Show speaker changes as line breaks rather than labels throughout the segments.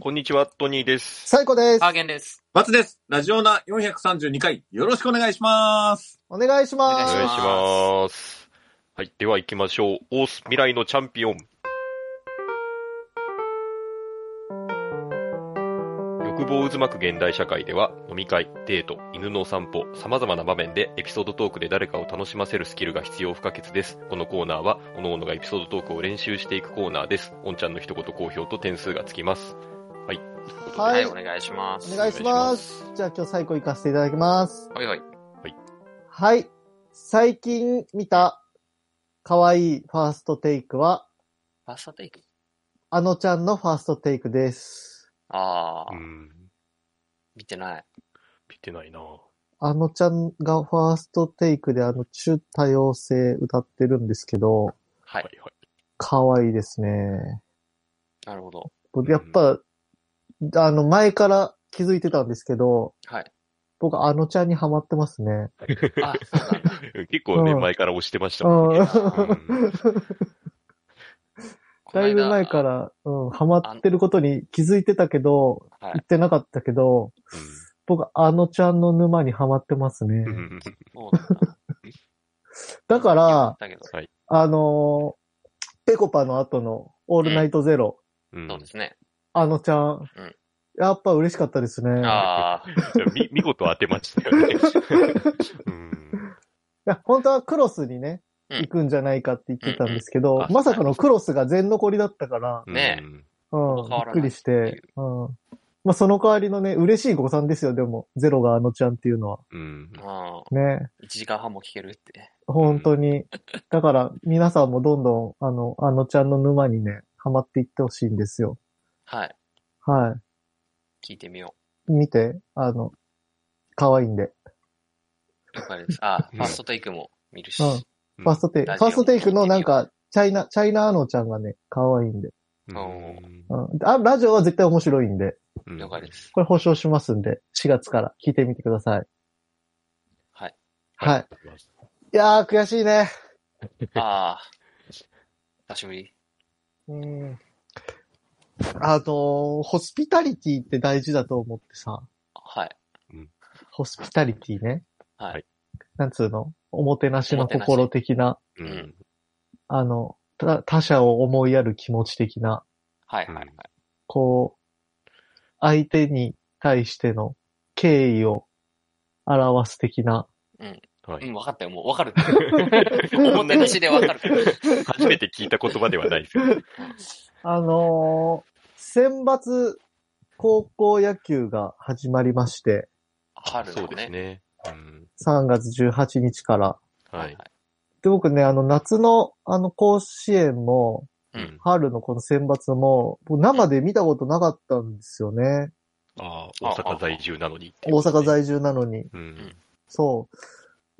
こんにちは、トニーです。
最高です
ハ。ーゲンです。
バツです。ラジオナ432回、よろしくお願いします。
お願いしま
お
お
す。
願
願
い
い
し
し
ます。はい、では行きましょう。オース未来のチャンピオン。欲望渦巻く現代社会では、飲み会、デート、犬のお散歩、様々な場面でエピソードトークで誰かを楽しませるスキルが必要不可欠です。このコーナーは、各々がエピソードトークを練習していくコーナーです。おんちゃんの一言好評と点数がつきます。はい。
は
はいい、お願いします。
お願いします。じゃあ今日最高行かせていただきます。
はいはい。
はい。最近見た可愛いファーストテイクは、
ファーストテイク
あのちゃんのファーストテイクです。
あ
う
あ、
ん。
見てない。
見てないなぁ。
あのちゃんがファーストテイクであの中多様性歌ってるんですけど、
はい。
はいはい。
可愛いですね。
なるほど。
僕やっぱ、あの前から気づいてたんですけど、
はい。
僕あのちゃんにハマってますね。
あ、そうなんだ。
結構ね、
うん
前から押してました
う
もんね。
ん。 だいぶ前か。ら、うん、ハマってることに気づいてたけど、言
はい
っ。てなかったけど、僕、あのちゃんの沼にハマってますね
う。ん
そうなんだ。
だから、
だけど、
あのー、ペコパの後のオールナイトゼロ、
うん
そうですね。
あのちゃん、
ん
やっぱ嬉しかったですね。い
ああ、
じゃあみ見事当てましたよね。うん
や本当はクロスにね、
うん
行くんじゃないかって言ってたんですけ
うん
ど
う、んあ
まさかのクロスが全残りだったから、
ね
うん、び
変わ
っ
らない
くりして、
っていう
うん。まあ、その代わりのね、嬉しい誤算ですよ、でも、ゼロがあのちゃんっていうのは。
うん
ああ、
ね。
1時間半も聞けるって。
本当に。だから、皆さんもどんどん、あの、あのちゃんの沼にね、ハマっていってほしいんですよ。
はい。
は
聞いてみよ
い。見て、あの、可愛いんで。
う。了解です。ああ、ファーストテイクも見るし。
うんファーストテイク、
ラ
フ
ジオ
ァーストテイクのなんか、チャイナ、チャイナあのちゃんがね、可愛いんで。
うん
うん。あ、ラジオは絶対面白いんで、
うん
了解です。
これ保証しますんで、4月から聞いてみてください。
はい。
はい。いやー、悔しいね。
ああ、久しぶり。
うん。あのーホスピタリティって大事だと思ってさ、
はい。
ホスピタリティね。
はい。
なんつうのおもてなしの心的な、
うん
あの、た他者を思いやる気持ち的な、
はいはいはい。
こう、相手に対しての敬意を表す的な。
は
う
い
ん、わかったよ。もうわかる。おもてなしでわかる。
初めて聞いた言葉ではないですけど。
あのー選抜高校野球が始まりまして、
春
そ
の
うです
ね。
ね。うん
3月18日から。
はい。
で、僕ね、あの、夏の、あの、甲子園も、
うん
春のこの選抜も、僕生で見たことなかったんですよね。
ああ、大阪在住なのにっていう
大阪在住なのに。
うん
そ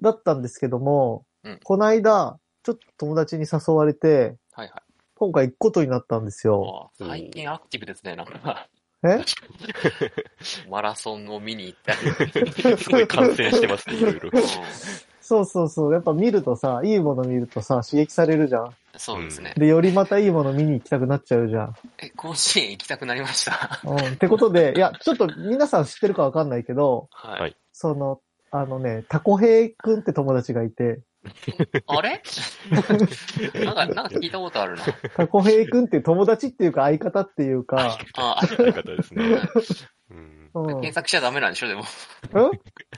う。だったんですけども、
うん
こないだ、ちょっと友達に誘われて、
はいはい。
今回行くことになったんですよ。
あー最近アクティブですね、なんか。
え
マラソンを見に行ったり。
すごい感染してますね、いろいろ。
そうそうそう。やっぱ見るとさ、いいもの見るとさ、刺激されるじゃん。
そうですね。
で、よりまたいいもの見に行きたくなっちゃうじゃん。
え、甲子園行きたくなりました。
うん。ってことで、いや、ちょっと皆さん知ってるかわかんないけど、
はい。
はい
その、あのね、タコヘイくんって友達がいて、
あれ なんか、なんか聞いたことあるな。
タコヘイくんっていう友達っていうか相方っていうか、
あー、
ありがたいですね。うん
うん。
検索しちゃダメなんでしょ、でも。
うん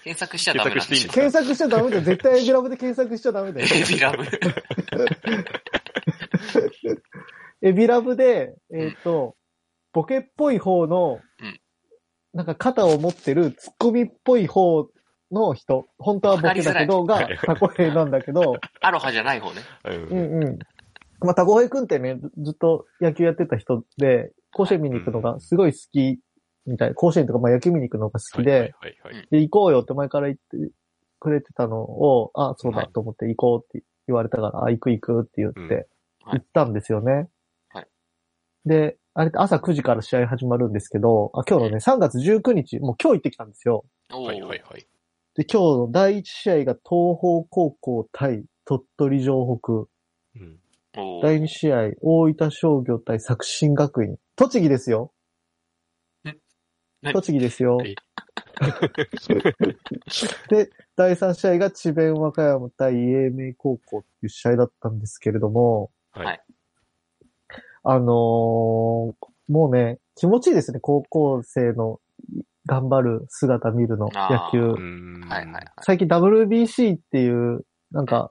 検索しちゃダメなんでしょ。
検索しちゃダメだよ。絶対エビラブで検索しちゃダメだよ。
エビラブ。
エビラブで、えっ、と、ボケっぽい方の、
うん
なんか肩を持ってるツッコミっぽい方の人、本当はボケだけど、
か
が
りづらい
タコヘイなんだけど、
アロハじゃない方ね。
う
うんんうん。まあ、タコヘイくんってね、ずっと野球やってた人で、甲子園見に行くのがすごい好きみたい。甲子園とかまあ野球見に行くのが好きで、
はいはいはいはい。
で、行こうよって前から言ってくれてたのを、あ、そうだと思って行こうって言われたから、あ、行く行くって言っ
うん
て、
は
行
い
ったんですよね。
はい
で、あれって朝9時から試合始まるんですけど、あ、今日のね、3月19日、もう今日行ってきたんですよ。
おー
はいはいはい。
で、今日の第1試合が東邦高校対鳥取城北、
うん
おー
第2試合大分商業対作新学院、栃木ですよ。
何
栃木ですよ
はい。
で、第3試合が智弁和歌山対英明高校っていう試合だったんですけれども、
はい
あのーもうね、気持ちいいですね、高校生の頑張る姿見るの、
あ
野球
ー
う。ん
はいはいはい。
最近 WBC っていう、なんか、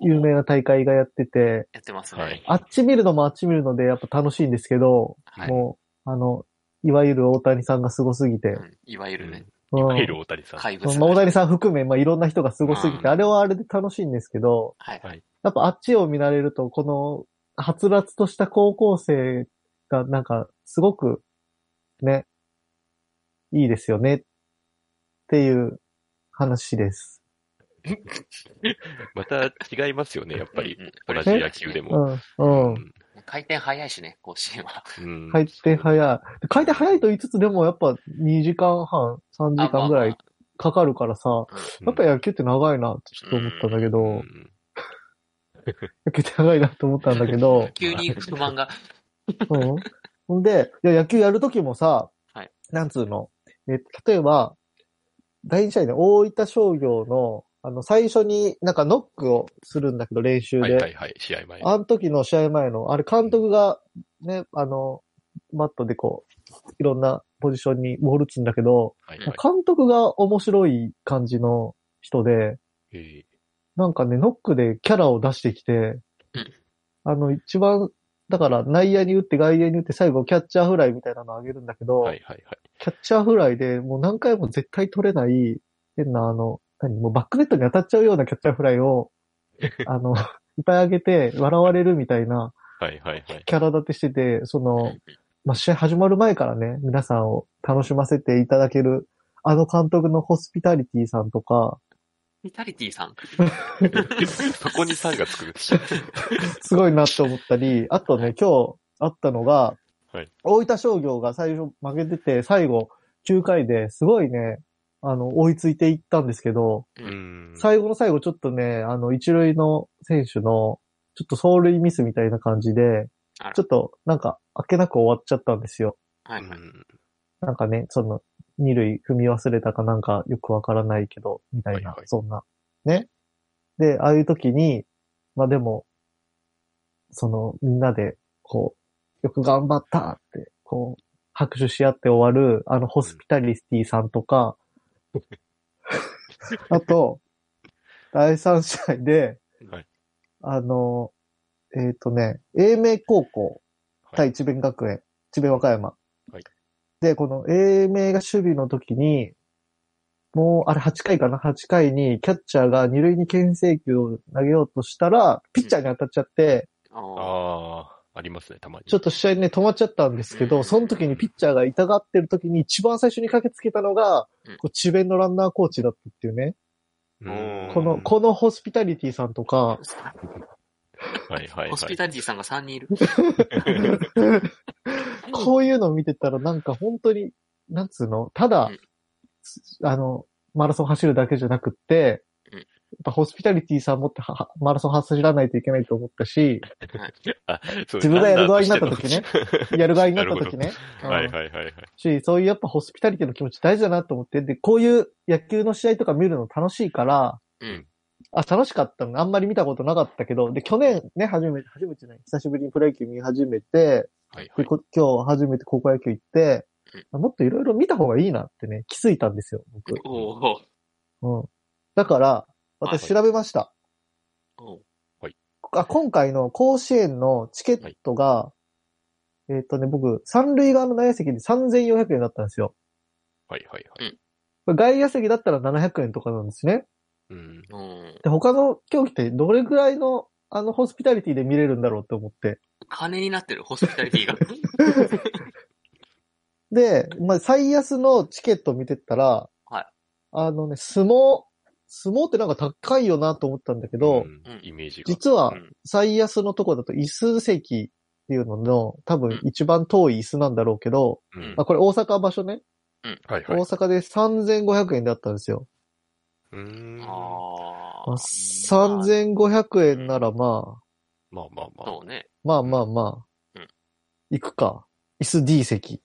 有名な大会がやってて、
やってます
はい
ね。
あっち見るのもあっち見るのでやっぱ楽しいんですけど、
はい。
もう、あの、いわゆる大谷さんがすごすぎて、
うんいわゆるね、
い
うん
わゆる大谷さん。
怪
ま
物。
あ、大谷さん含め、まあ、いろんな人がすごすぎ
うん
て、あれはあれで楽しいんですけど、
はい。
やっぱあっちを見られると、この、はつらつとした高校生が、なんか、すごく、ね、いいですよね、っていう話です。
また違いますよね、やっぱり
う。んうん
同じ野球で
う
も。
ん、うん。
回転早いしね、甲子園は。
うん
回転早い。回転早いと言いつつ、でもやっぱ2時間半、3時間ぐらいかかるからさ、やっぱ野球って長いな、ってちょっと思ったんだけ
う
ど、
ん
野球って長いなと思ったんだけ ど、
急に不満が。
うん。ほんで、いや、野球やるときもさ、
はい
なんつうの、えっと、例えば、第二試合で大分商業の、あの、最初になんかノックをするんだけど、練習で。
はいはいはい、試合前。
あの時の試合前の、あれ監督が、ね、あの、マットでこう、いろんなポジションにボール打つんだけど、
はい
うん
はい
監督が面白い感じの人で、
え
なんかね、ノックでキャラを出してきて、
うん
あの、一番、だから内野に打って外野に打って最後キャッチャーフライみたいなのあげるんだけど、
ーはいはいはい。
キャッチャーフライでもう何回も絶対取れない、変なあの、何、もうバックネットに当たっちゃうようなキャッチャーフライを、あの、 いっぱいあげて笑われるみたいな
はいはいはい。
キャラ立てしてて、その、
うん
まあ、試合始まる前からね、皆さんを楽しませていただける、あの監督のホスピタリティさんとか、
ビタリティさん。
そこに3がつく。
すごいなって思ったり、あとね、今日あったのが、
はい
大分商業が最初負けてて、最後9回ですごいね、あの、追いついていったんですけど、
うん
最後の最後ちょっとね、あの、一塁の選手の、ちょっと走塁ミスみたいな感じで
あら、
ちょっとなんか、あっけなく終わっちゃったんですよ。
はいは
う
い。
ん
なんかね、その、二塁踏み忘れたかなんかよくわからないけど、みたいな、
はいはい
そんな。ね。で、ああいう時に、まあでも、その、みんなで、こう、よく頑張ったって、こう、拍手し合って終わる、あの、ホスピタリティさん とか、あと、第3試合で、
はい
あの、えっ、とね、英明高校対智弁学園、智弁和歌山。
はい
で、この英明が守備の時に、もう、あれ8回かな ?8 回にキャッチャーが二塁に牽制球を投げようとしたら、ピッチャーに当たっちゃって、
あ
ああ、ありますね、たまに。
ちょっと試合にね、止まっちゃったんですけど、その時にピッチャーが痛がってる時に一番最初に駆けつけたのが
うん、
こう智弁のランナーコーチだったっていうね。
うん
この、このホスピタリティさんとか、
はいはいは
あ。
い。
ホスピタリティさんが3人いる。
こういうのを見てたらなんか本当に、なんつうのただ、あの、マラソン走るだけじゃなくって、
うん
やっぱホスピタリティさん持ってははマラソン走らないといけないと思ったし、
あそう
自分がやる側になった時ね。やる側になった時ね。
ランナーとしての はいはいはいはい。
し、そういうやっぱホスピタリティの気持ち大事だなと思って、で、こういう野球の試合とか見るの楽しいから、
うん
あ、楽しかったの。あんまり見たことなかったけど、で、去年ね、初めて、初めてね、久しぶりにプロ野球見始めて、
はいは
で
い。
こ今日初めて高校野球行って、もっといろいろ見た方がいいなってね、気づいたんですよ、僕。
おーおー
うん。だから、私調べました。
おー
あ今回の甲子園のチケットが、えっ、とね、僕、三塁側の内野席で3400円だったんですよ。
はいはいはい。
外野席だったら700円とかなんですね。
うん。
うん。
で、他の競技ってどれくらいの、あの、ホスピタリティで見れるんだろうって思って。
金になってる、ホスピタリテ ィが。
で、まあ、最安のチケット見てったら、
はい
あのね、相撲、相撲ってなんか高いよなと思ったんだけど、
うんイメージが。
実は
うん
最安のとこだと椅子席っていうのの、多分一番遠い椅子なんだろうけど、
うん
まあ、これ大阪場所ね、
はいはい
大。阪で3500円だったんですよ。
うーん。ま
あ
まあ、
あ。
3500円ならまあ、
あまあまあ。
そうね。
まあまあまあ
うん、
行くか。椅子 D 席。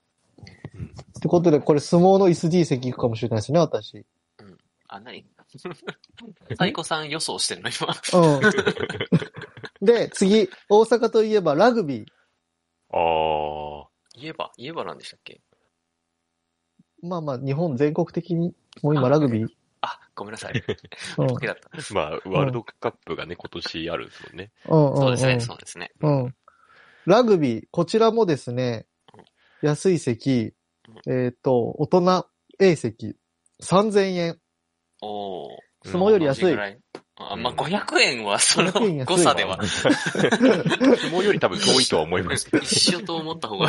うん
ってことで、これ相撲の SD 席行くかもしれないですね、私。
あ、なに サイコさん予想してるの今。
うん。 で、次、大阪といえばラグビー。
ああ。
言えば、言えばなんでしたっけ
まあまあ、日本全国的に、もう今ラグビー。
あ、ごめんなさい。
う
ボ
ん。
ケだった。
まあ、ワールドカップがね、今年あるんですもんね。
うんんん
そうですね、そうですね。
うん。ラグビー、こちらもですね、安い席、えっ、と、大人 A 席、3000円。
おー。
相撲より安
同
い
じぐ。らあ、まあ、
うん
500円はその
500円安いわ
誤差では
相撲より多分遠いとは思いますけど。
一緒と思った方が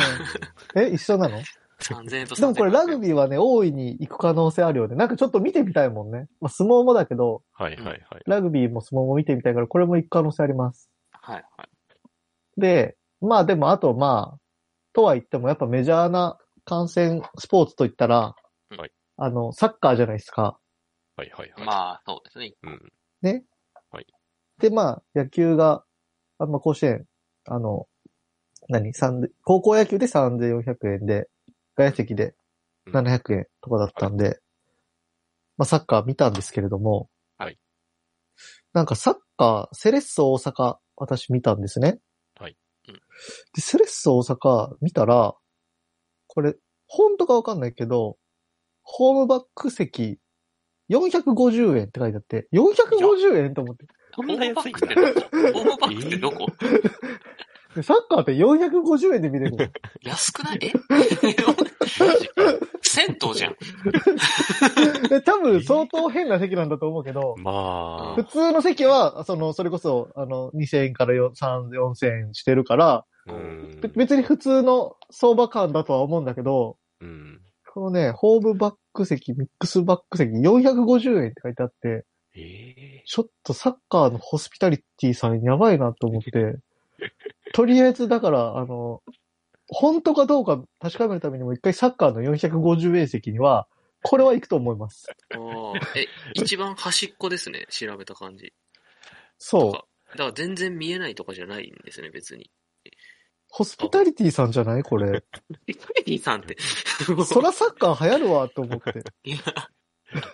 え、一緒なの
3000円と
でもこれラグ
ビ
ビーはね、大いに行く可能性あるよね。なんかちょっと見てみたいもんね。まあ、相撲もだけど、
はいはいはい。
ラグビーも相撲も見てみたいから、これも行く可能性あります。
はいはい。
で、まあでもあとまあ、とは言ってもやっぱメジャーな観戦スポーツと言ったら、
はい
あの、サッカーじゃないですか。
はいはいはい。
まあ、そうですね。
うん。
でまあ、野球が、あまあ甲子園、あの、何三で高校野球で3400円で、外野席で700円とかだったんで、まあサッカー見たんですけれども、
はい
なんかサッカー、セレッソ大阪、私見たんですね。
はい
うん
で、セレッソ大阪見たら、これ、本当かわかんないけど、ホームバック席、450円って書いてあって、450円と思って。
オ
ん
ー
な
バーバ
安
ッ
いん
クって
だ
どこオーバーバックってどこ
でサッカーって450円で見れる の。
安くないえ
マジか
銭湯じゃん。
で、多分相当変な席なんだと思うけど、
ま
普通の席は、その、それこそ、あの、2000円からよ3000、4000円してるから、
あ。うん
べ別に普通の相場感だとは思うんだけど、
うん。
このね、ホームバック席、ミックスバック席、450円って書いてあって、
ええ
ちょっとサッカーのホスピタリティさんやばいなと 思って、とりあえずだから、あの、本当かどうか確かめるためにも一回サッカーの450円席には、これは行くと思います。
おーえ、一番端っこですね、調べた感じ。
そう。
う。だから全然見えないとかじゃないんですね、別に。
ホスピタリティさんじゃないこれ。
え、トイディさ んって。
そらサッカー流行るわと思って。
いや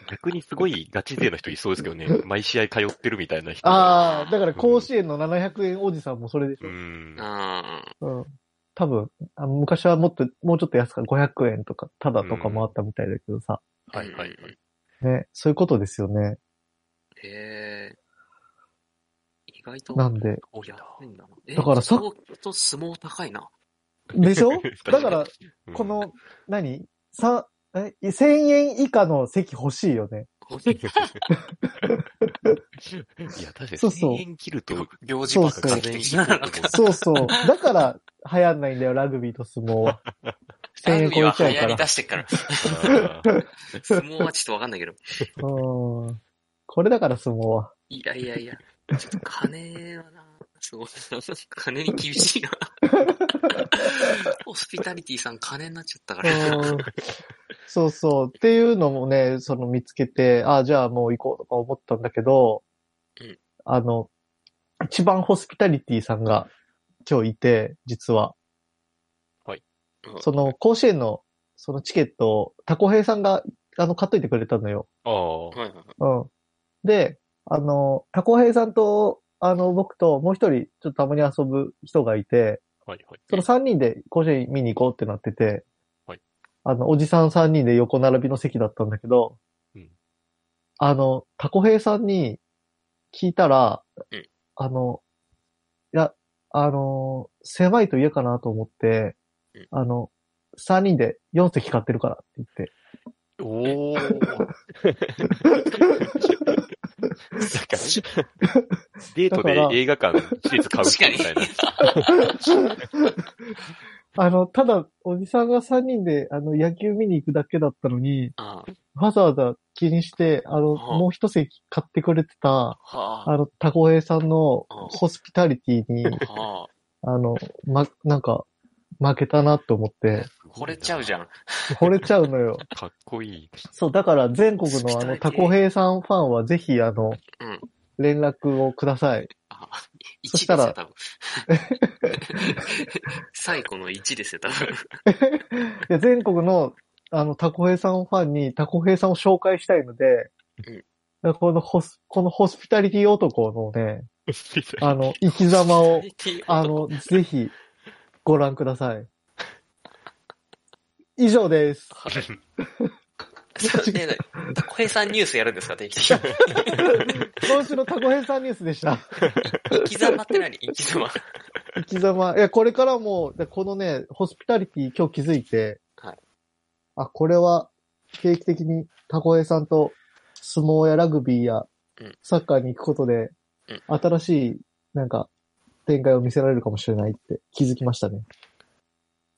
逆にすごいガチ勢の人いそうですけどね。毎試合通ってるみたいな人。
ああ、だから甲子園の700円おじさんもそれでし
うん。
あー
ょ。うん。多分、あ昔はもっと、もうちょっと安かった500円とか、ただとかもあったみたいだけどさ。
はいはいはい。
ね、そういうことですよね。
へえ。意外と、
なんで。
お、安いんだな。え
だからさ
相当相撲高 いな。
でし ょだから、
うん
こ、の、何さ、え、1000円以下の席欲しいよね。
いや、確かに
そうそう
1000円切ると、
行事ばっか
そうそう
り的なのか。
そうそう。だから、流行んないんだよ、ラグビーと相撲 は。1000円超えちゃ
ラグビーは
う
流
か
行
ら
り。出してっから。
あー
相撲はちょっとわかんないけど。
うん。これだから相撲は。
いやいやいや。ちょっと金はな、すごい。 金に厳しいな。ホスピタリティさん金になっちゃったから。
うんそうそう。っていうのもね、その見つけて、あじゃあもう行こうとか思ったんだけど、
うん
あの、一番ホスピタリティさんが今日いて、実は。
うん
その甲子園のそのチケットをタコヘイさんがあの買っといてくれたのよ。
あー。
はいはいはい。
うん。で、あの、タコヘイさんと、あの、僕ともう一人、ちょっとたまに遊ぶ人がいて、
はいはい。
その3人で甲子園見に行こうってなってて、
はい
あの、おじさん3人で横並びの席だったんだけど、
うん
あの、タコヘイさんに聞いたら、
うん
あの、いや、あの、狭いと嫌かなと思って、
うん
あの、3人で4席買ってるからって言って、
おー。なんか、デートで映画館シリーズ買う人みたいな。
あの、ただ、おじさんが3人で、あの、野球見に行くだけだったのに、
あー
わざわざ気にして、あの、
はあ
もう一席買ってくれてた、
はあ。
あの、タコヘイさんの
うん
ホスピタリティ に、
はあ。
あの、ま、なんか、負けたなと思って、
惚れちゃうじ
ゃ
ゃん。
惚れちゃうのよ。
ん。かっこいい。
そう、だから全国のあの、
ホスピタ
タ
リティ
コヘイさんファンはぜひ、あの、
うん
連絡をください。
あ
そ
1
し
です
たら
よ、多分。最後の1ですよ、多分。
いや、全国の、あの、タコヘイさんをファンに、タコヘイさんを紹介したいので、このホス、このホスピタリティ男のね、あの、生き様を、あ の、ぜひ、ご覧ください。以上です。
そうねねタコヘイさんニュースやるんですか定期的に。
今週のタコヘイさんニュースでした。
生き様って何生き様。
生き様。いや、これからも、でこのね、ホスピタリティ今日気づいて、
はい
あ、これは定期的にタコヘイさんと相撲やラグビーや
うん
サッカーに行くことで、
うん
新しい、なんか、展開を見せられるかもしれないって気づきましたね。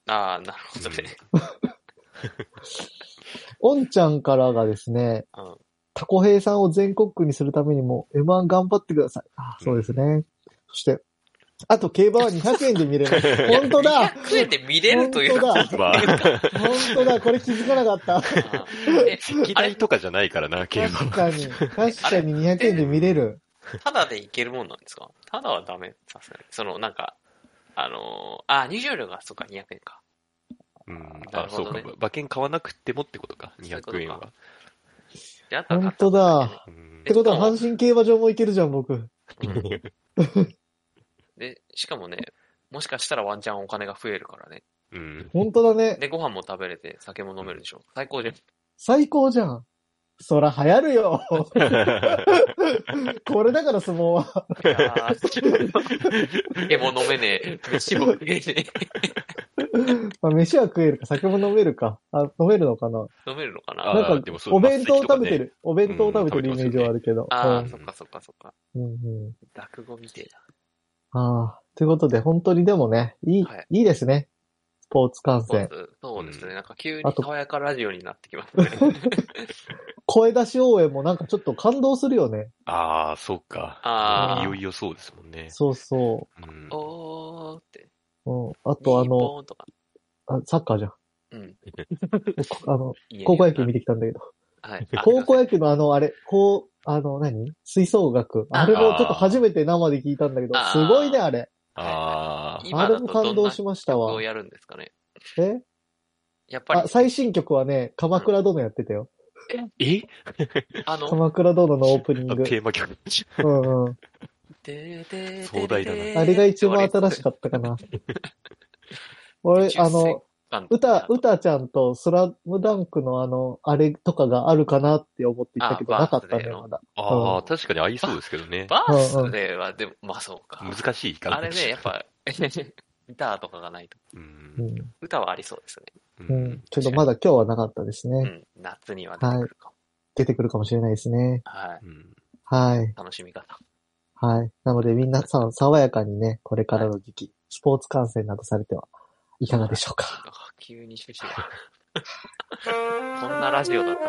ああ、なるほどね。
おんちゃんからがですね、
うん
タコヘイさんを全国区にするためにも M1 頑張ってください。あそうですね。そして、あと競馬は200円で見れ ます。本当だ
200円で見れるというのは
本当
まあ、
本当だ、これ気づかなかった。
あーえ
機体とかじゃないからな、競馬
確
は。
かに、確かに200円で見れる。
ただでいけるもんなんですかただはダメ、さすがに。その、なんか、あのー、あー、入場料が、そっか、200円か。
うん。あ
なる、ほ
そ
ど
う
ね
か。馬券買わなくてもってことか、
そういうこ
200
とか
円は。
で、あとは
本当だ。
買
うん
ってことは、
で
阪神競馬場も行けるじゃん、僕。
っただけねうんで、しかもね、もしかしたらワンチャンお金が増えるからね。
うん。
本当だね。
で、ご飯も食べれて、酒も飲めるでしょ。最 高じゃん。
最高じゃん。そら流行るよ。これだから相撲は。
いやー酒も飲めねえ。飯も食えね
まあ、飯は食えるか、酒も飲めるか。あ、飲めるのかな。
え。飲めるのかな
あー
なん
でも
か、
そう
お弁当を食べて
マ
る。お弁当を食べてる
う
イ
ん
メージはあるけど。
ああ、
うん
そっかそっかそっか。
うんうん
落語みてえだ。
ああ、ということで、本当にでもね、いい、
はい
いいですね。スポーツ観
そう
戦。
ですそうですね。
うん
なんか急に
あと
爽やかラジオになってきま すね。
声出し応援もなんかちょっと感動するよね。
ああ、そうか。
あー
いよいよそうですもんね。
そうそ
うん
おーって。
う。うん、あとあ
日
の
本とか。
あ、サッカーじゃん。
うん。
こあの、
いいね
高校野球見てきたんだけど。
はい。
高校野球のあの、あれ、こう、あの何、吹奏楽。あれもちょっと初めて生で聞いたんだけど
あ、ー
すごいね、あれ。
あ
い
あ
い、
あれも感動しました
どう
わ。
やるんですかね。
え
やっぱ
あ、
り、
最新曲はね、鎌倉殿やってたよ。
え
あの、
鎌倉殿のオープニン
あ
グ。
テーマ曲。
うんうん。
でで
壮大だ
あれが一番新しか
か
ったか な。俺、あの、
った
歌、歌ちゃんとスラムダンクのあの、あれとかがあるかなって思っていたけど、
あ
なかった
バース
ね、
デーの
まだ。
あ
う
あ、確かに合いそうですけどね。
バースデーは、でも、まあそうか。
難しいから。
あれね、やっぱ、ギターとかがないと。
う。
うんん。
歌はありそうですね。
う
うん。ちょっとまだ今日はなかったです
う
ね。
ん。夏には出てくるかも。
出てくるかもしれないですね。
はい。
うん
はい。
楽しみ方。
はい。なので、みんなさん、爽やかにね、これからの時期、スポーツ観戦などされてはいかがでしょうか。
あ急に趣旨が。 こんなラジオだった。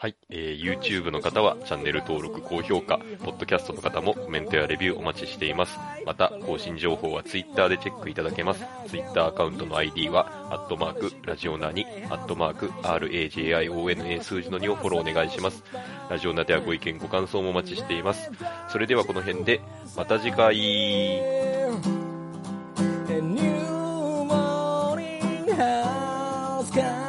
はい、えー YouTube の方はチャンネル登録、高評価、Podcast の方もコメントやレビューお待ちしています。また、更新情報は Twitter でチェックいただけます。Twitter アカウントの ID は、アットマーク、ラジオナに、アットマーク、RAJIONA 数字の2をフォローお願いします。ラジオナではご意見、ご感想もお待ちしています。それではこの辺で、また次回。
A new morning has come